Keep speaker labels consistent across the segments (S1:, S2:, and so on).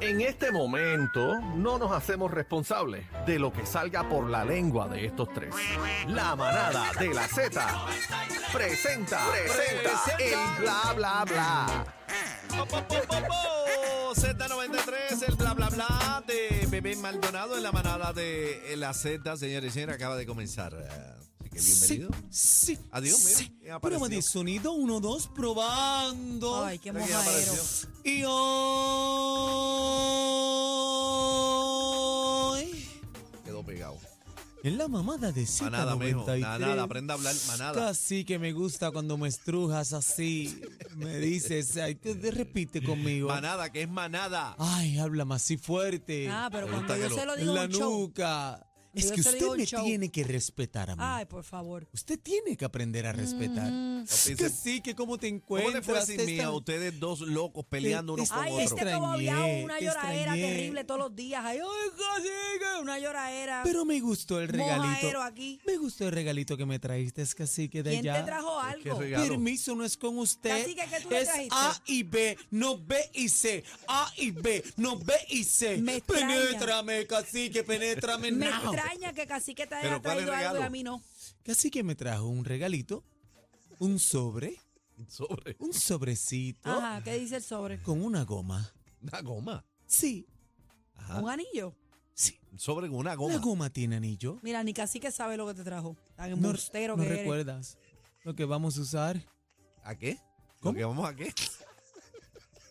S1: En este momento no nos hacemos responsables de lo que salga por la lengua de estos tres. La manada de la Z presenta, presenta el bla bla bla.
S2: Po, po, po, po, po. Z93, el bla bla bla de Bebé Maldonado en la manada de la Z, señores y señores, acaba de comenzar. eh, Así que bienvenido.
S3: Sí, sí,
S2: Adiós, mira,
S3: sí.
S2: ya apareció.
S3: Prueba de sonido, uno, dos, probando.
S4: Ay, qué
S2: Mira quién
S4: mojadero.
S2: apareció.
S3: Y hoy,
S2: Quedó pegado.
S3: en la mamada de Z93.
S2: Manada, mijo. Manada, aprenda a hablar, manada.
S3: Casi que me gusta cuando me estrujas así. Me dices, ay, te, te repite conmigo.
S2: Manada, que es manada.
S3: Ay, habla más así fuerte.
S4: Ah, pero
S2: Me
S4: cuando
S2: gusta que
S4: yo
S2: lo-
S4: se lo digo
S3: en la
S4: en un show.
S3: nuca. Es
S4: Yo
S3: que
S4: te lo
S3: usted
S4: digo en
S3: me
S4: show.
S3: tiene que respetar a mí.
S4: Ay, por favor.
S3: Usted tiene que aprender a respetar.
S4: Mm.
S2: No piensen-
S3: Que sí, que cómo te
S2: ¿Cómo le
S3: encuentras.
S2: fue sin
S3: Te
S2: mí
S3: están-
S2: a ustedes dos locos peleando
S3: Te-
S2: unos
S3: te-
S2: con
S4: Ay,
S3: otro.
S4: este
S2: otros?
S4: cobabiado,
S3: Extrañé,
S4: una
S3: te
S4: lloradera
S3: extrañé.
S4: terrible todos los días. Ay, ay, cacique, una lloradera.
S3: Pero me gustó el regalito.
S4: Mojadero aquí.
S3: Me gustó el regalito que me traíste, es casi que de
S4: ¿Quién te
S3: allá.
S4: trajo
S2: Es que
S4: algo?
S2: soy- Regalo.
S3: Permiso no es con usted.
S4: Cacique, ¿qué tú le
S3: es
S4: trajiste?
S3: A y B, no B y C. A y B, no B y C.
S4: Me extraña.
S3: penétrame, cacique, penétrame.
S4: Me
S3: now.
S4: extraña que Cacique te
S2: Pero
S4: haya
S2: ¿cuál es
S4: traído algo y
S2: regalo?
S4: a mí no.
S3: Cacique me trajo un regalito, un sobre,
S2: Sobre
S3: un sobrecito
S4: Ajá, ¿qué dice el sobre?
S3: con una goma.
S2: una goma.
S3: Sí,
S2: Ajá.
S4: ¿Un anillo?
S3: sí.
S2: Sobre con una
S3: La
S2: goma.
S3: goma tiene anillo.
S4: Mira, ni Cacique sabe lo que te trajo. Tan
S3: No-
S4: embustero
S3: no
S4: que eres.
S3: recuerdas lo que vamos a usar.
S2: ¿A qué? ¿Lo
S3: ¿Cómo?
S2: que vamos a qué?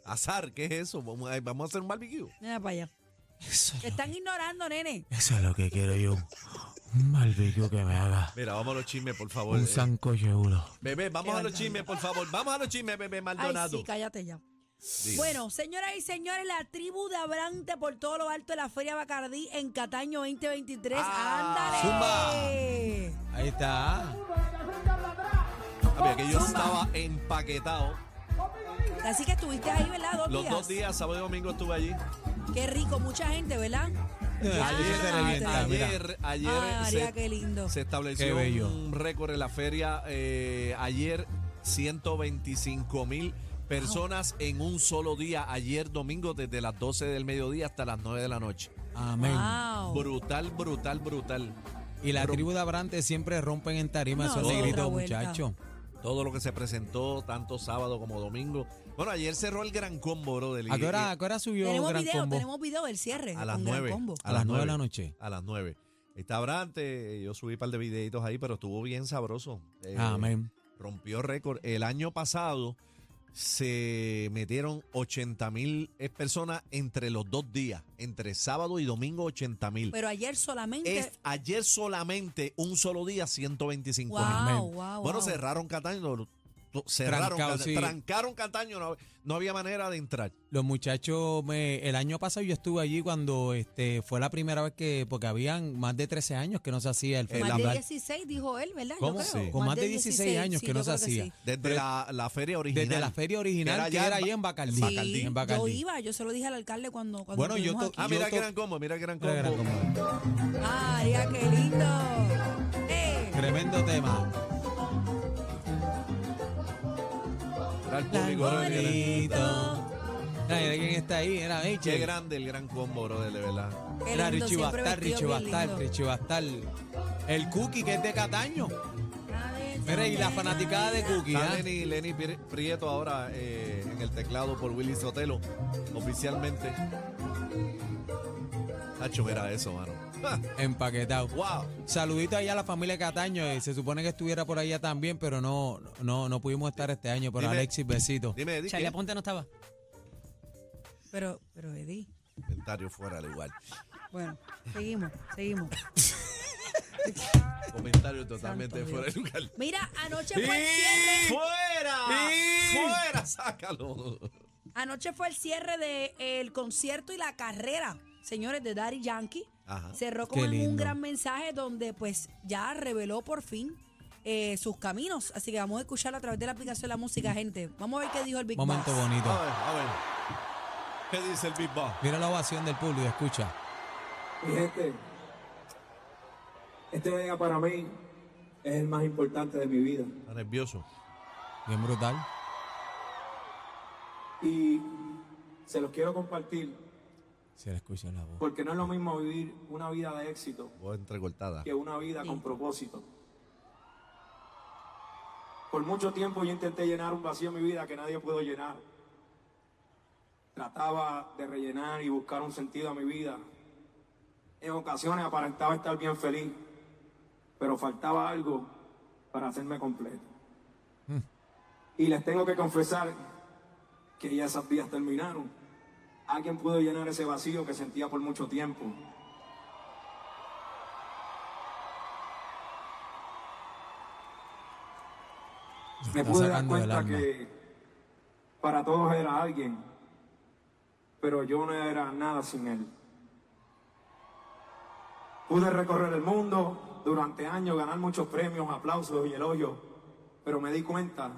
S2: Azar, ¿qué es eso? Vamos a, vamos a hacer un barbecue.
S4: Mira para allá.
S3: Eso
S4: Te están ignorando, nene.
S3: Eso es lo que quiero yo. Un malvicio que me haga.
S2: Mira, vamos a los chismes, por favor.
S3: Un
S2: Eh,
S3: sancocho
S2: Bebé, vamos
S4: Qué
S2: a los
S4: barbaridad.
S2: chismes, por favor. Vamos a los chismes, bebé
S4: Ay,
S2: Maldonado.
S4: sí, cállate ya.
S2: Diga.
S4: Bueno, señoras y señores, la tribu de Abrante por todo lo alto de la Feria Bacardí en Cataño 2023.
S2: Ah,
S4: ¡Ándale!
S3: Ahí está.
S2: Había que yo estaba empaquetado.
S4: Así que estuviste ahí, ¿verdad? Dos
S2: Los
S4: días.
S2: dos días, sábado y domingo, estuve allí.
S4: Qué rico, mucha gente, ¿verdad? Ya,
S3: ayer se revienta, mira.
S2: ayer, ayer eh,
S4: Ay, María,
S2: se,
S4: Ah, qué lindo.
S2: se
S3: Qué
S2: estableció
S3: bello.
S2: un récord en la feria. eh, ayer, 125 mil personas en un solo día. Ayer domingo, desde las 12 del mediodía hasta las 9 de la noche.
S3: Amén.
S4: Wow.
S2: Brutal, brutal, brutal.
S3: Y la
S2: Pero-
S3: tribu de Abrante siempre rompen en tarima
S4: No,
S3: esos
S4: otra
S3: negritos,
S4: vuelta.
S3: muchachos.
S2: Todo lo que se presentó, tanto sábado como domingo. Bueno, ayer cerró el gran combo, bro. Del,
S3: ¿A qué hora, a qué hora subió un
S4: tenemos
S3: gran
S4: video,
S3: combo?
S4: tenemos video del cierre.
S2: A las
S4: con Gran
S2: 9.
S4: Combo.
S3: A las nueve de la noche.
S2: A las 9. Está Brante, yo subí un par de videitos ahí, pero estuvo bien sabroso. Eh,
S3: Amén.
S2: Rompió récord. El año pasado se metieron 80 mil personas entre los dos días, entre sábado y domingo 80 mil.
S4: Pero ayer solamente.
S2: Es ayer solamente, un solo día, 125
S4: wow,
S2: mil.
S4: wow,
S3: amén.
S4: wow.
S2: Bueno, cerraron Cataño, lo- lo- cerraron,
S3: Trancao,
S2: Cata-
S3: sí.
S2: trancaron Cataño, no, no había manera de entrar.
S3: Los muchachos, me- el año pasado yo estuve allí cuando este fue la primera vez que, porque habían más de 13 años que no se hacía el
S2: Eh, la-
S4: Más de
S3: festival.
S4: 16, dijo él, ¿verdad? Yo
S3: ¿Cómo?
S4: creo.
S2: Sí.
S3: Con más de 16 años
S4: sí,
S3: que no
S4: yo
S3: se
S4: creo
S3: hacía.
S4: sí.
S2: Desde
S3: Pero-
S2: la, la feria original.
S3: Desde la feria original, que era, ahí en Bacardí.
S4: Sí,
S2: Bacardí,
S3: En
S4: yo
S3: Bacardí.
S4: iba, yo se lo dije al alcalde cuando, cuando
S3: Bueno, yo
S4: estuvimos
S3: to-
S4: aquí.
S2: Ah, mira
S3: Yo
S2: el
S3: to-
S2: gran combo, mira el gran combo.
S3: Era gran combo.
S4: Ah, María, qué lindo. Eh,
S3: Tremendo tema.
S2: Era el público, bro, era-
S3: Ay, alguien está ahí, era
S2: Qué
S3: Eche.
S2: grande el gran combo, bro, de verdad.
S4: qué
S3: Era
S4: lindo,
S3: Richie
S4: siempre
S3: Bastar, Richie
S4: vestido bien
S3: Bastar,
S4: lindo.
S3: Richie Bastar. El Cookie, que es de Cataño. Mira, y la fanaticada de Cookie,
S2: Está
S3: ¿ah?
S2: Lenny, Lenny Pri- Prieto ahora eh, en el teclado por Willy Sotelo, oficialmente. Hacho, mira eso, mano. Ja,
S3: Empaquetado.
S2: ¡Wow!
S3: Saludito ahí a la familia de Cataño. eh, Se supone que estuviera por allá también, pero no, no, no pudimos estar este año. Pero
S2: Dime.
S3: Alexis, besito.
S2: Dime, di qué
S3: Ponte no estaba.
S4: Pero, pero Eddie,
S2: comentario fuera al igual.
S4: bueno, seguimos, seguimos.
S2: Comentario totalmente
S4: Santo
S2: fuera de lugar.
S4: Mira, anoche fue el cierre,
S2: ¡Fuera!
S3: Sí.
S2: ¡Fuera! ¡Sácalo!
S4: anoche fue el cierre del concierto y la carrera, señores, de Daddy Yankee.
S2: Ajá.
S4: Cerró
S3: Qué
S4: con un
S3: lindo.
S4: gran mensaje donde pues ya reveló por fin eh, sus caminos. Así que vamos a escucharlo a través de la aplicación de la música, gente. Vamos a ver qué dijo el Big
S3: Momento
S4: Boss.
S2: A
S3: bonito.
S2: ver, a ver. ¿Qué dice el Big Boss?
S3: Mira la ovación del público, escucha.
S5: Mi gente, este día para mí es el más importante de mi vida.
S2: Está nervioso.
S3: Bien brutal.
S5: Y se los quiero compartir
S3: Se le escucha la voz.
S5: Porque no es lo mismo vivir una vida de éxito
S2: Voz entrecortada.
S5: que una vida con propósito. Por mucho tiempo yo intenté llenar un vacío en mi vida que nadie pudo llenar. Trataba de rellenar y buscar un sentido a mi vida. En ocasiones aparentaba estar bien feliz, pero faltaba algo para hacerme completo. Y les tengo que confesar que ya esas vías terminaron. Alguien pudo llenar ese vacío que sentía por mucho tiempo.
S3: Se
S5: me
S3: está
S5: pude dar
S3: sacando del
S5: cuenta
S3: alma.
S5: que para todos era alguien, pero yo no era nada sin él. Pude recorrer el mundo durante años, ganar muchos premios, aplausos y elogios, pero me di cuenta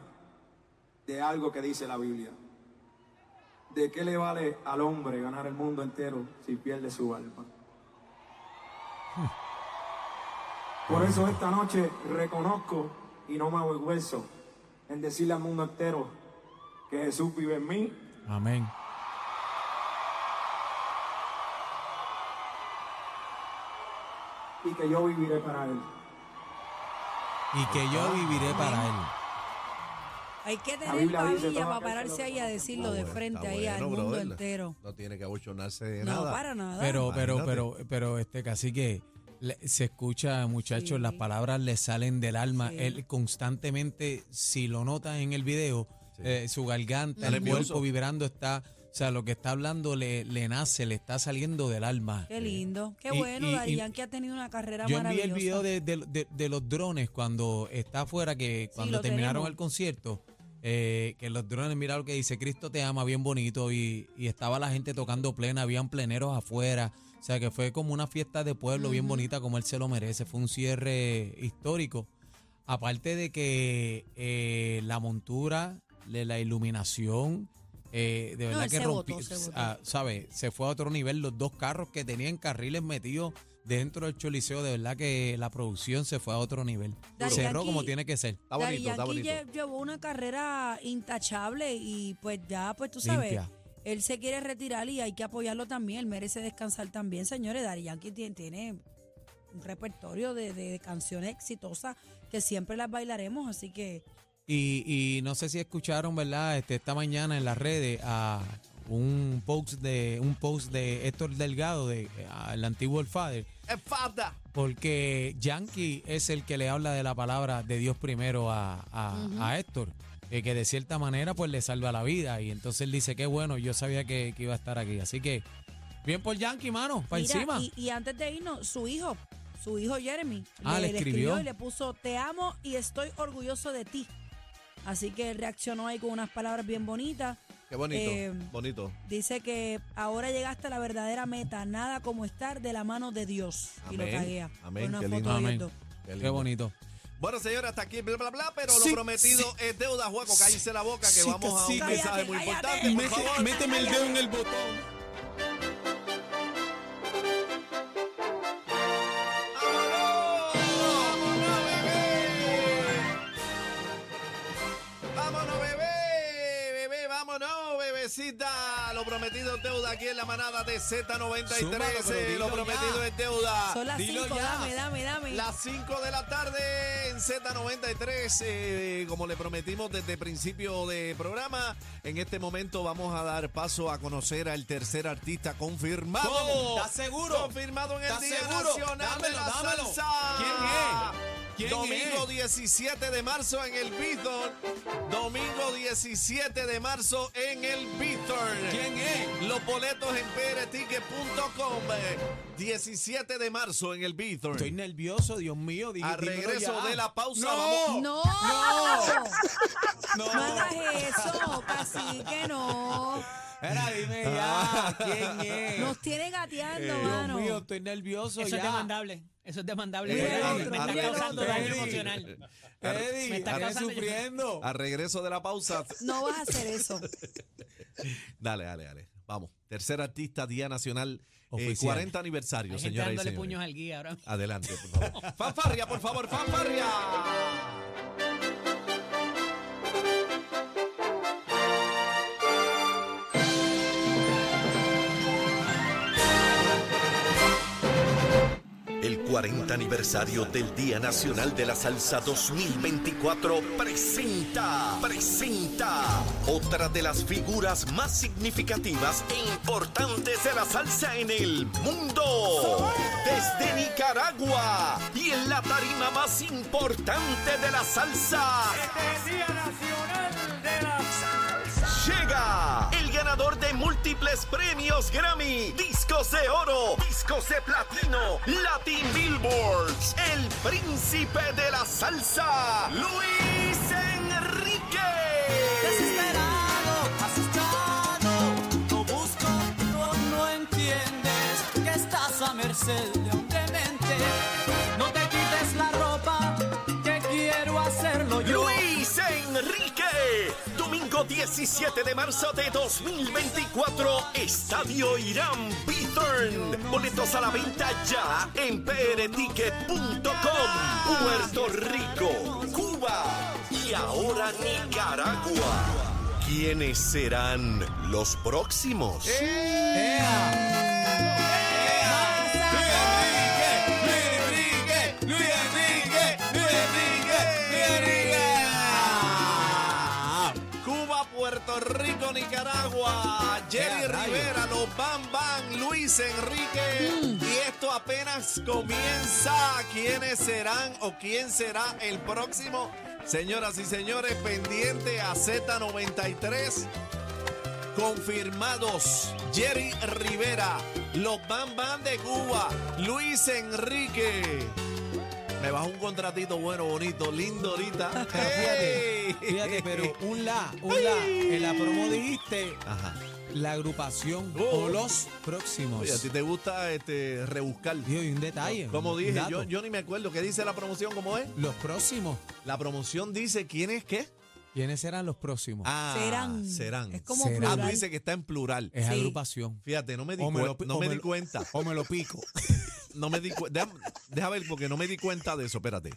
S5: de algo que dice la Biblia. ¿De qué le vale al hombre ganar el mundo entero si pierde su alma? Por eso esta noche reconozco y no me avergüenzo en decirle al mundo entero que Jesús vive en mí
S3: Amén.
S5: y que yo viviré para Él.
S3: Y que yo viviré para él.
S4: Hay que
S5: La
S4: tener
S5: Biblia dice,
S4: pavilla
S5: "Todo
S4: para
S5: aquel que
S4: pararse
S5: lo
S4: ahí a
S5: reconoce".
S4: decirlo de
S2: Está
S4: frente ahí
S2: bueno,
S4: al mundo
S2: brother.
S4: entero.
S2: No tiene que abochonarse de
S4: No,
S2: nada.
S4: para nada.
S3: Pero, pero,
S2: Imagínate.
S3: pero, pero, este, casi que le- se escucha, muchachos,
S4: Sí.
S3: las palabras le salen del alma.
S4: Sí.
S3: Él constantemente, si lo notas en el video,
S2: Sí.
S3: eh, su garganta,
S2: Está
S3: el
S2: nervioso.
S3: cuerpo vibrando está, o sea, lo que está hablando le, le nace, le está saliendo del alma.
S4: Qué lindo. Qué
S3: eh, Y-
S4: bueno,
S3: y-
S4: Dari
S3: y-
S4: Yankee ha tenido una carrera
S3: Yo envié
S4: maravillosa.
S3: el video de, de- de- de los drones cuando está afuera, que cuando
S4: lo
S3: terminaron
S4: tenemos.
S3: el concierto, eh, que los drones, mira lo que dice, Cristo te ama, bien bonito, y, y estaba la gente tocando plena, habían pleneros afuera, o sea que fue como una fiesta de pueblo bien bonita como él se lo merece, fue un cierre histórico. Aparte de que eh, la montura, le- la iluminación, eh, de
S4: No,
S3: verdad
S4: él
S3: que
S4: se
S3: rompió,
S4: botó, se botó.
S3: ah, ¿sabe? Se fue a otro nivel. Los dos carros que tenían carriles metidos dentro del Choliseo, de verdad que la producción se fue a otro nivel.
S4: Daddy
S3: Cerró
S4: Yankee-
S3: como tiene que ser.
S2: Está
S4: Daddy
S2: bonito, está
S4: Yankee
S2: bonito.
S4: lle- llevó una carrera intachable y pues ya, pues tú sabes,
S3: Limpia.
S4: él se quiere retirar y hay que apoyarlo también, él merece descansar también, señores. Dari Yankee tiene, tiene un repertorio de, de- de canciones exitosas que siempre las bailaremos, así que
S3: Y, y no sé si escucharon, ¿verdad? Este, esta mañana en las redes a un post de un post de Héctor Delgado, de, a- el antiguo El Father,
S2: ¡Es falta!
S3: Porque Yankee es el que le habla de la palabra de Dios primero a, a- a Héctor, eh, que de cierta manera pues le salva la vida. Y entonces él dice, qué bueno, yo sabía que, que iba a estar aquí. Así que, bien por Yankee, mano, para
S4: Mira,
S3: encima.
S4: Y, y antes de irnos, su hijo, su hijo Jeremy,
S3: Ah, le escribió.
S4: y le puso, te amo y estoy orgulloso de ti. Así que él reaccionó ahí con unas palabras bien bonitas.
S2: Qué bonito,
S4: Eh,
S2: bonito.
S4: Dice que ahora llegaste a la verdadera meta, nada como estar de la mano de Dios. Y lo
S2: Amén,
S4: caguea.
S2: amén,
S4: Una
S2: qué
S4: foto
S2: lindo.
S4: de ellos
S3: Amén.
S4: dos.
S2: Qué
S3: Qué
S2: lindo.
S3: bonito.
S2: Bueno, señora, hasta aquí, bla, bla, bla, pero
S3: Sí,
S2: lo prometido
S3: sí.
S2: es deuda, Juaco. Cállense la boca, que
S3: Sí,
S2: vamos a un
S3: sí,
S2: mensaje
S4: cállate,
S2: muy
S4: cállate.
S2: importante, por favor.
S6: Este
S3: méteme el dedo en el botón.
S2: ¡Vámonos, bebé! ¡Vámonos, bebé! ¡Bebé, vámonos, bebecita! Lo prometido es deuda aquí en la manada de Z93.
S3: Súmalo,
S2: eh,
S3: pero
S2: lo
S3: dilo
S2: prometido
S3: ya.
S2: es deuda.
S4: Son las
S3: Dilo
S4: 5,
S3: ya.
S4: dame, dame, dame.
S2: Las 5 de la tarde en Z93, eh, como le prometimos desde principio de programa, en este momento vamos a dar paso a conocer al tercer artista confirmado.
S3: ¿Cómo? ¿Estás seguro?
S2: Confirmado en el
S3: ¿Estás
S2: Día
S3: seguro?
S2: Nacional de
S3: Dámelo,
S2: la
S3: dámelo.
S2: Salsa.
S3: ¿Quién es? ¿Quién
S2: Domingo
S3: es?
S2: 17 de marzo en el Beaton. Domingo 17 de marzo en el Beaton.
S3: ¿Quién es?
S2: Los boletos en prticket.com. 17 Eh, de marzo en el Beaton.
S3: Estoy nervioso, Dios mío. di-
S2: Al
S3: dímelo
S2: regreso
S3: ya. Ah,
S2: de la pausa,
S3: No,
S2: vamos.
S4: ¡No!
S3: no.
S4: No hagas eso, cacique, no.
S7: Ah.
S3: Espera, dime ya. ¿Quién es?
S4: Nos tiene gateando,
S3: Eh, Dios
S4: mano.
S3: mío, estoy nervioso
S7: Eso
S3: ya.
S7: es demandable. Eso es demandable.
S2: Eh,
S7: me, está-
S2: Eddie,
S7: me está
S2: Eddie,
S7: causando daño
S2: Eddie.
S7: emocional.
S3: Eddie,
S7: Me está
S3: estoy
S7: causando-
S3: sufriendo.
S2: Al regreso de la pausa.
S4: No vas a hacer eso.
S2: Dale, dale, dale. Vamos. Tercer artista, Día Nacional, eh,
S3: Oficial.
S2: 40 aniversario,
S7: Hay gente
S2: señoras y
S7: dándole
S2: señores.
S7: puños al guía ahora.
S2: Adelante, por favor. fanfarria, por favor, fanfarria. 40 aniversario del Día Nacional de la Salsa 2024 presenta, presenta otra de las figuras más significativas e importantes de la salsa en el mundo. Desde Nicaragua y en la tarima más importante de la salsa. Llega el ganador de múltiples premios Grammy, discos de oro, discos de platino, Latin Billboards, el príncipe de la salsa, Luis Enrique.
S6: Desesperado, asustado, lo busco, no, no entiendes que estás a merced de un demente. No te quites la ropa, que quiero hacerlo yo.
S2: Luis Enrique. Domingo 17 de marzo de 2024, Estadio Irán Bithorn. Boletos a la venta ya en prticket.com. Puerto Rico, Cuba y ahora Nicaragua. ¿Quiénes serán los próximos?
S8: Enrique, Luis Enrique, Luis Enrique, Luis Enrique. Cuba, Puerto Rico, Nicaragua, Jerry Rivera, los Bam Bam, Luis Enrique. Y esto apenas comienza. ¿Quiénes serán o quién será el próximo? Señoras y señores, pendiente a Z93 confirmados Jerry Rivera, los Bam Bam de Cuba, Luis Enrique. Me bajo un contratito bueno, bonito, lindo ahorita.
S3: Fíjate,
S8: ¡Ey!
S3: fíjate, pero un la, un la. En la promo dijiste
S8: Ajá.
S3: la agrupación
S8: Oh.
S3: o los próximos.
S8: Oye, a ti te gusta este rebuscar.
S3: Dios, y un detalle.
S8: Como
S3: un
S8: dije,
S3: dato.
S8: yo, yo ni me acuerdo qué dice la promoción, ¿cómo es?
S3: Los próximos.
S8: La promoción dice quién es qué.
S3: ¿Quiénes serán los próximos?
S8: Ah,
S4: Serán.
S8: Serán.
S4: Es como
S3: Serán.
S8: Ah, tú
S4: plural.
S8: dices que está en plural.
S3: es
S4: sí.
S3: agrupación.
S8: Fíjate, no me di,
S3: O me
S8: cuen-
S3: lo pi-
S8: no
S3: o
S8: me
S3: me
S8: di
S3: lo-
S8: cuenta.
S3: O me lo pico.
S8: No me di cuenta. Deja, deja ver porque no me di cuenta de eso, espérate.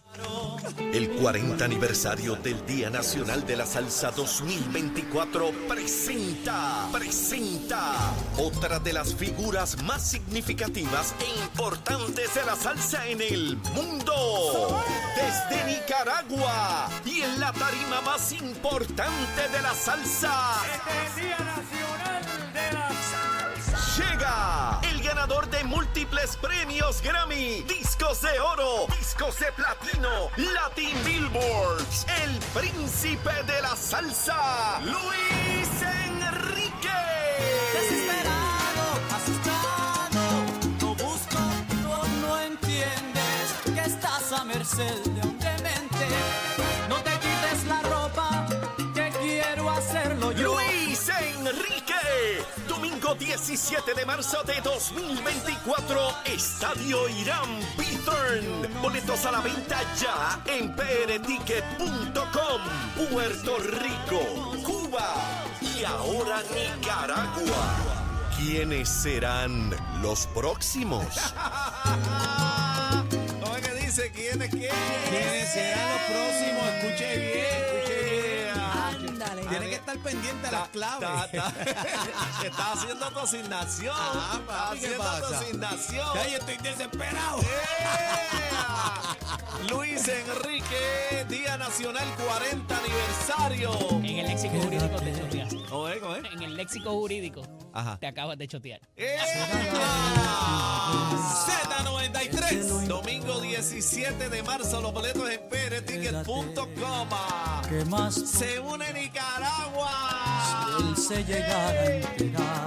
S2: El 40 aniversario del Día Nacional de la Salsa 2024 presenta, presenta otra de las figuras más significativas e importantes de la salsa en el mundo. Desde Nicaragua y en la tarima más importante de la salsa. Llega el ganador de múltiples premios Grammy, discos de oro, discos de platino, Latin Billboards, el príncipe de la salsa, Luis Enrique.
S6: Desesperado, asustado, lo busco, no, no entiendes que estás a merced de un demente. No te quites la ropa, que quiero hacerlo yo.
S2: Luis Enrique, domingo 17 de marzo de 2024, Estadio Irán Bithorn. Boletos a la venta ya en prticket.com. Puerto Rico, Cuba y ahora Nicaragua. ¿Quiénes serán los próximos?
S8: ¿Cómo es que dice? ¿Quién es quién?
S3: ¿Quiénes serán los próximos? Escuche bien,
S8: Yeah.
S3: escuche bien.
S4: Ándale.
S3: Ah, Tiene que estar pendiente a las claves.
S8: Ta- ta- Estás haciendo tu asignación.
S3: Ah, papi, ¿qué
S8: Estás haciendo tu
S3: pasa?
S8: asignación.
S3: Ya, yo estoy desesperado.
S8: ¡Ea! Luis Enrique, Día Nacional 40 aniversario.
S7: En el léxico jurídico te choteaste.
S8: ¿Cómo es? ¿Cómo es?
S7: En el léxico jurídico
S8: Ajá.
S7: te acabas de chotear.
S8: Z93, domingo 17 de marzo, los boletos en prticket.com.
S6: ¿Qué más
S8: Se une Nicaragua.
S6: se llegara a entregar?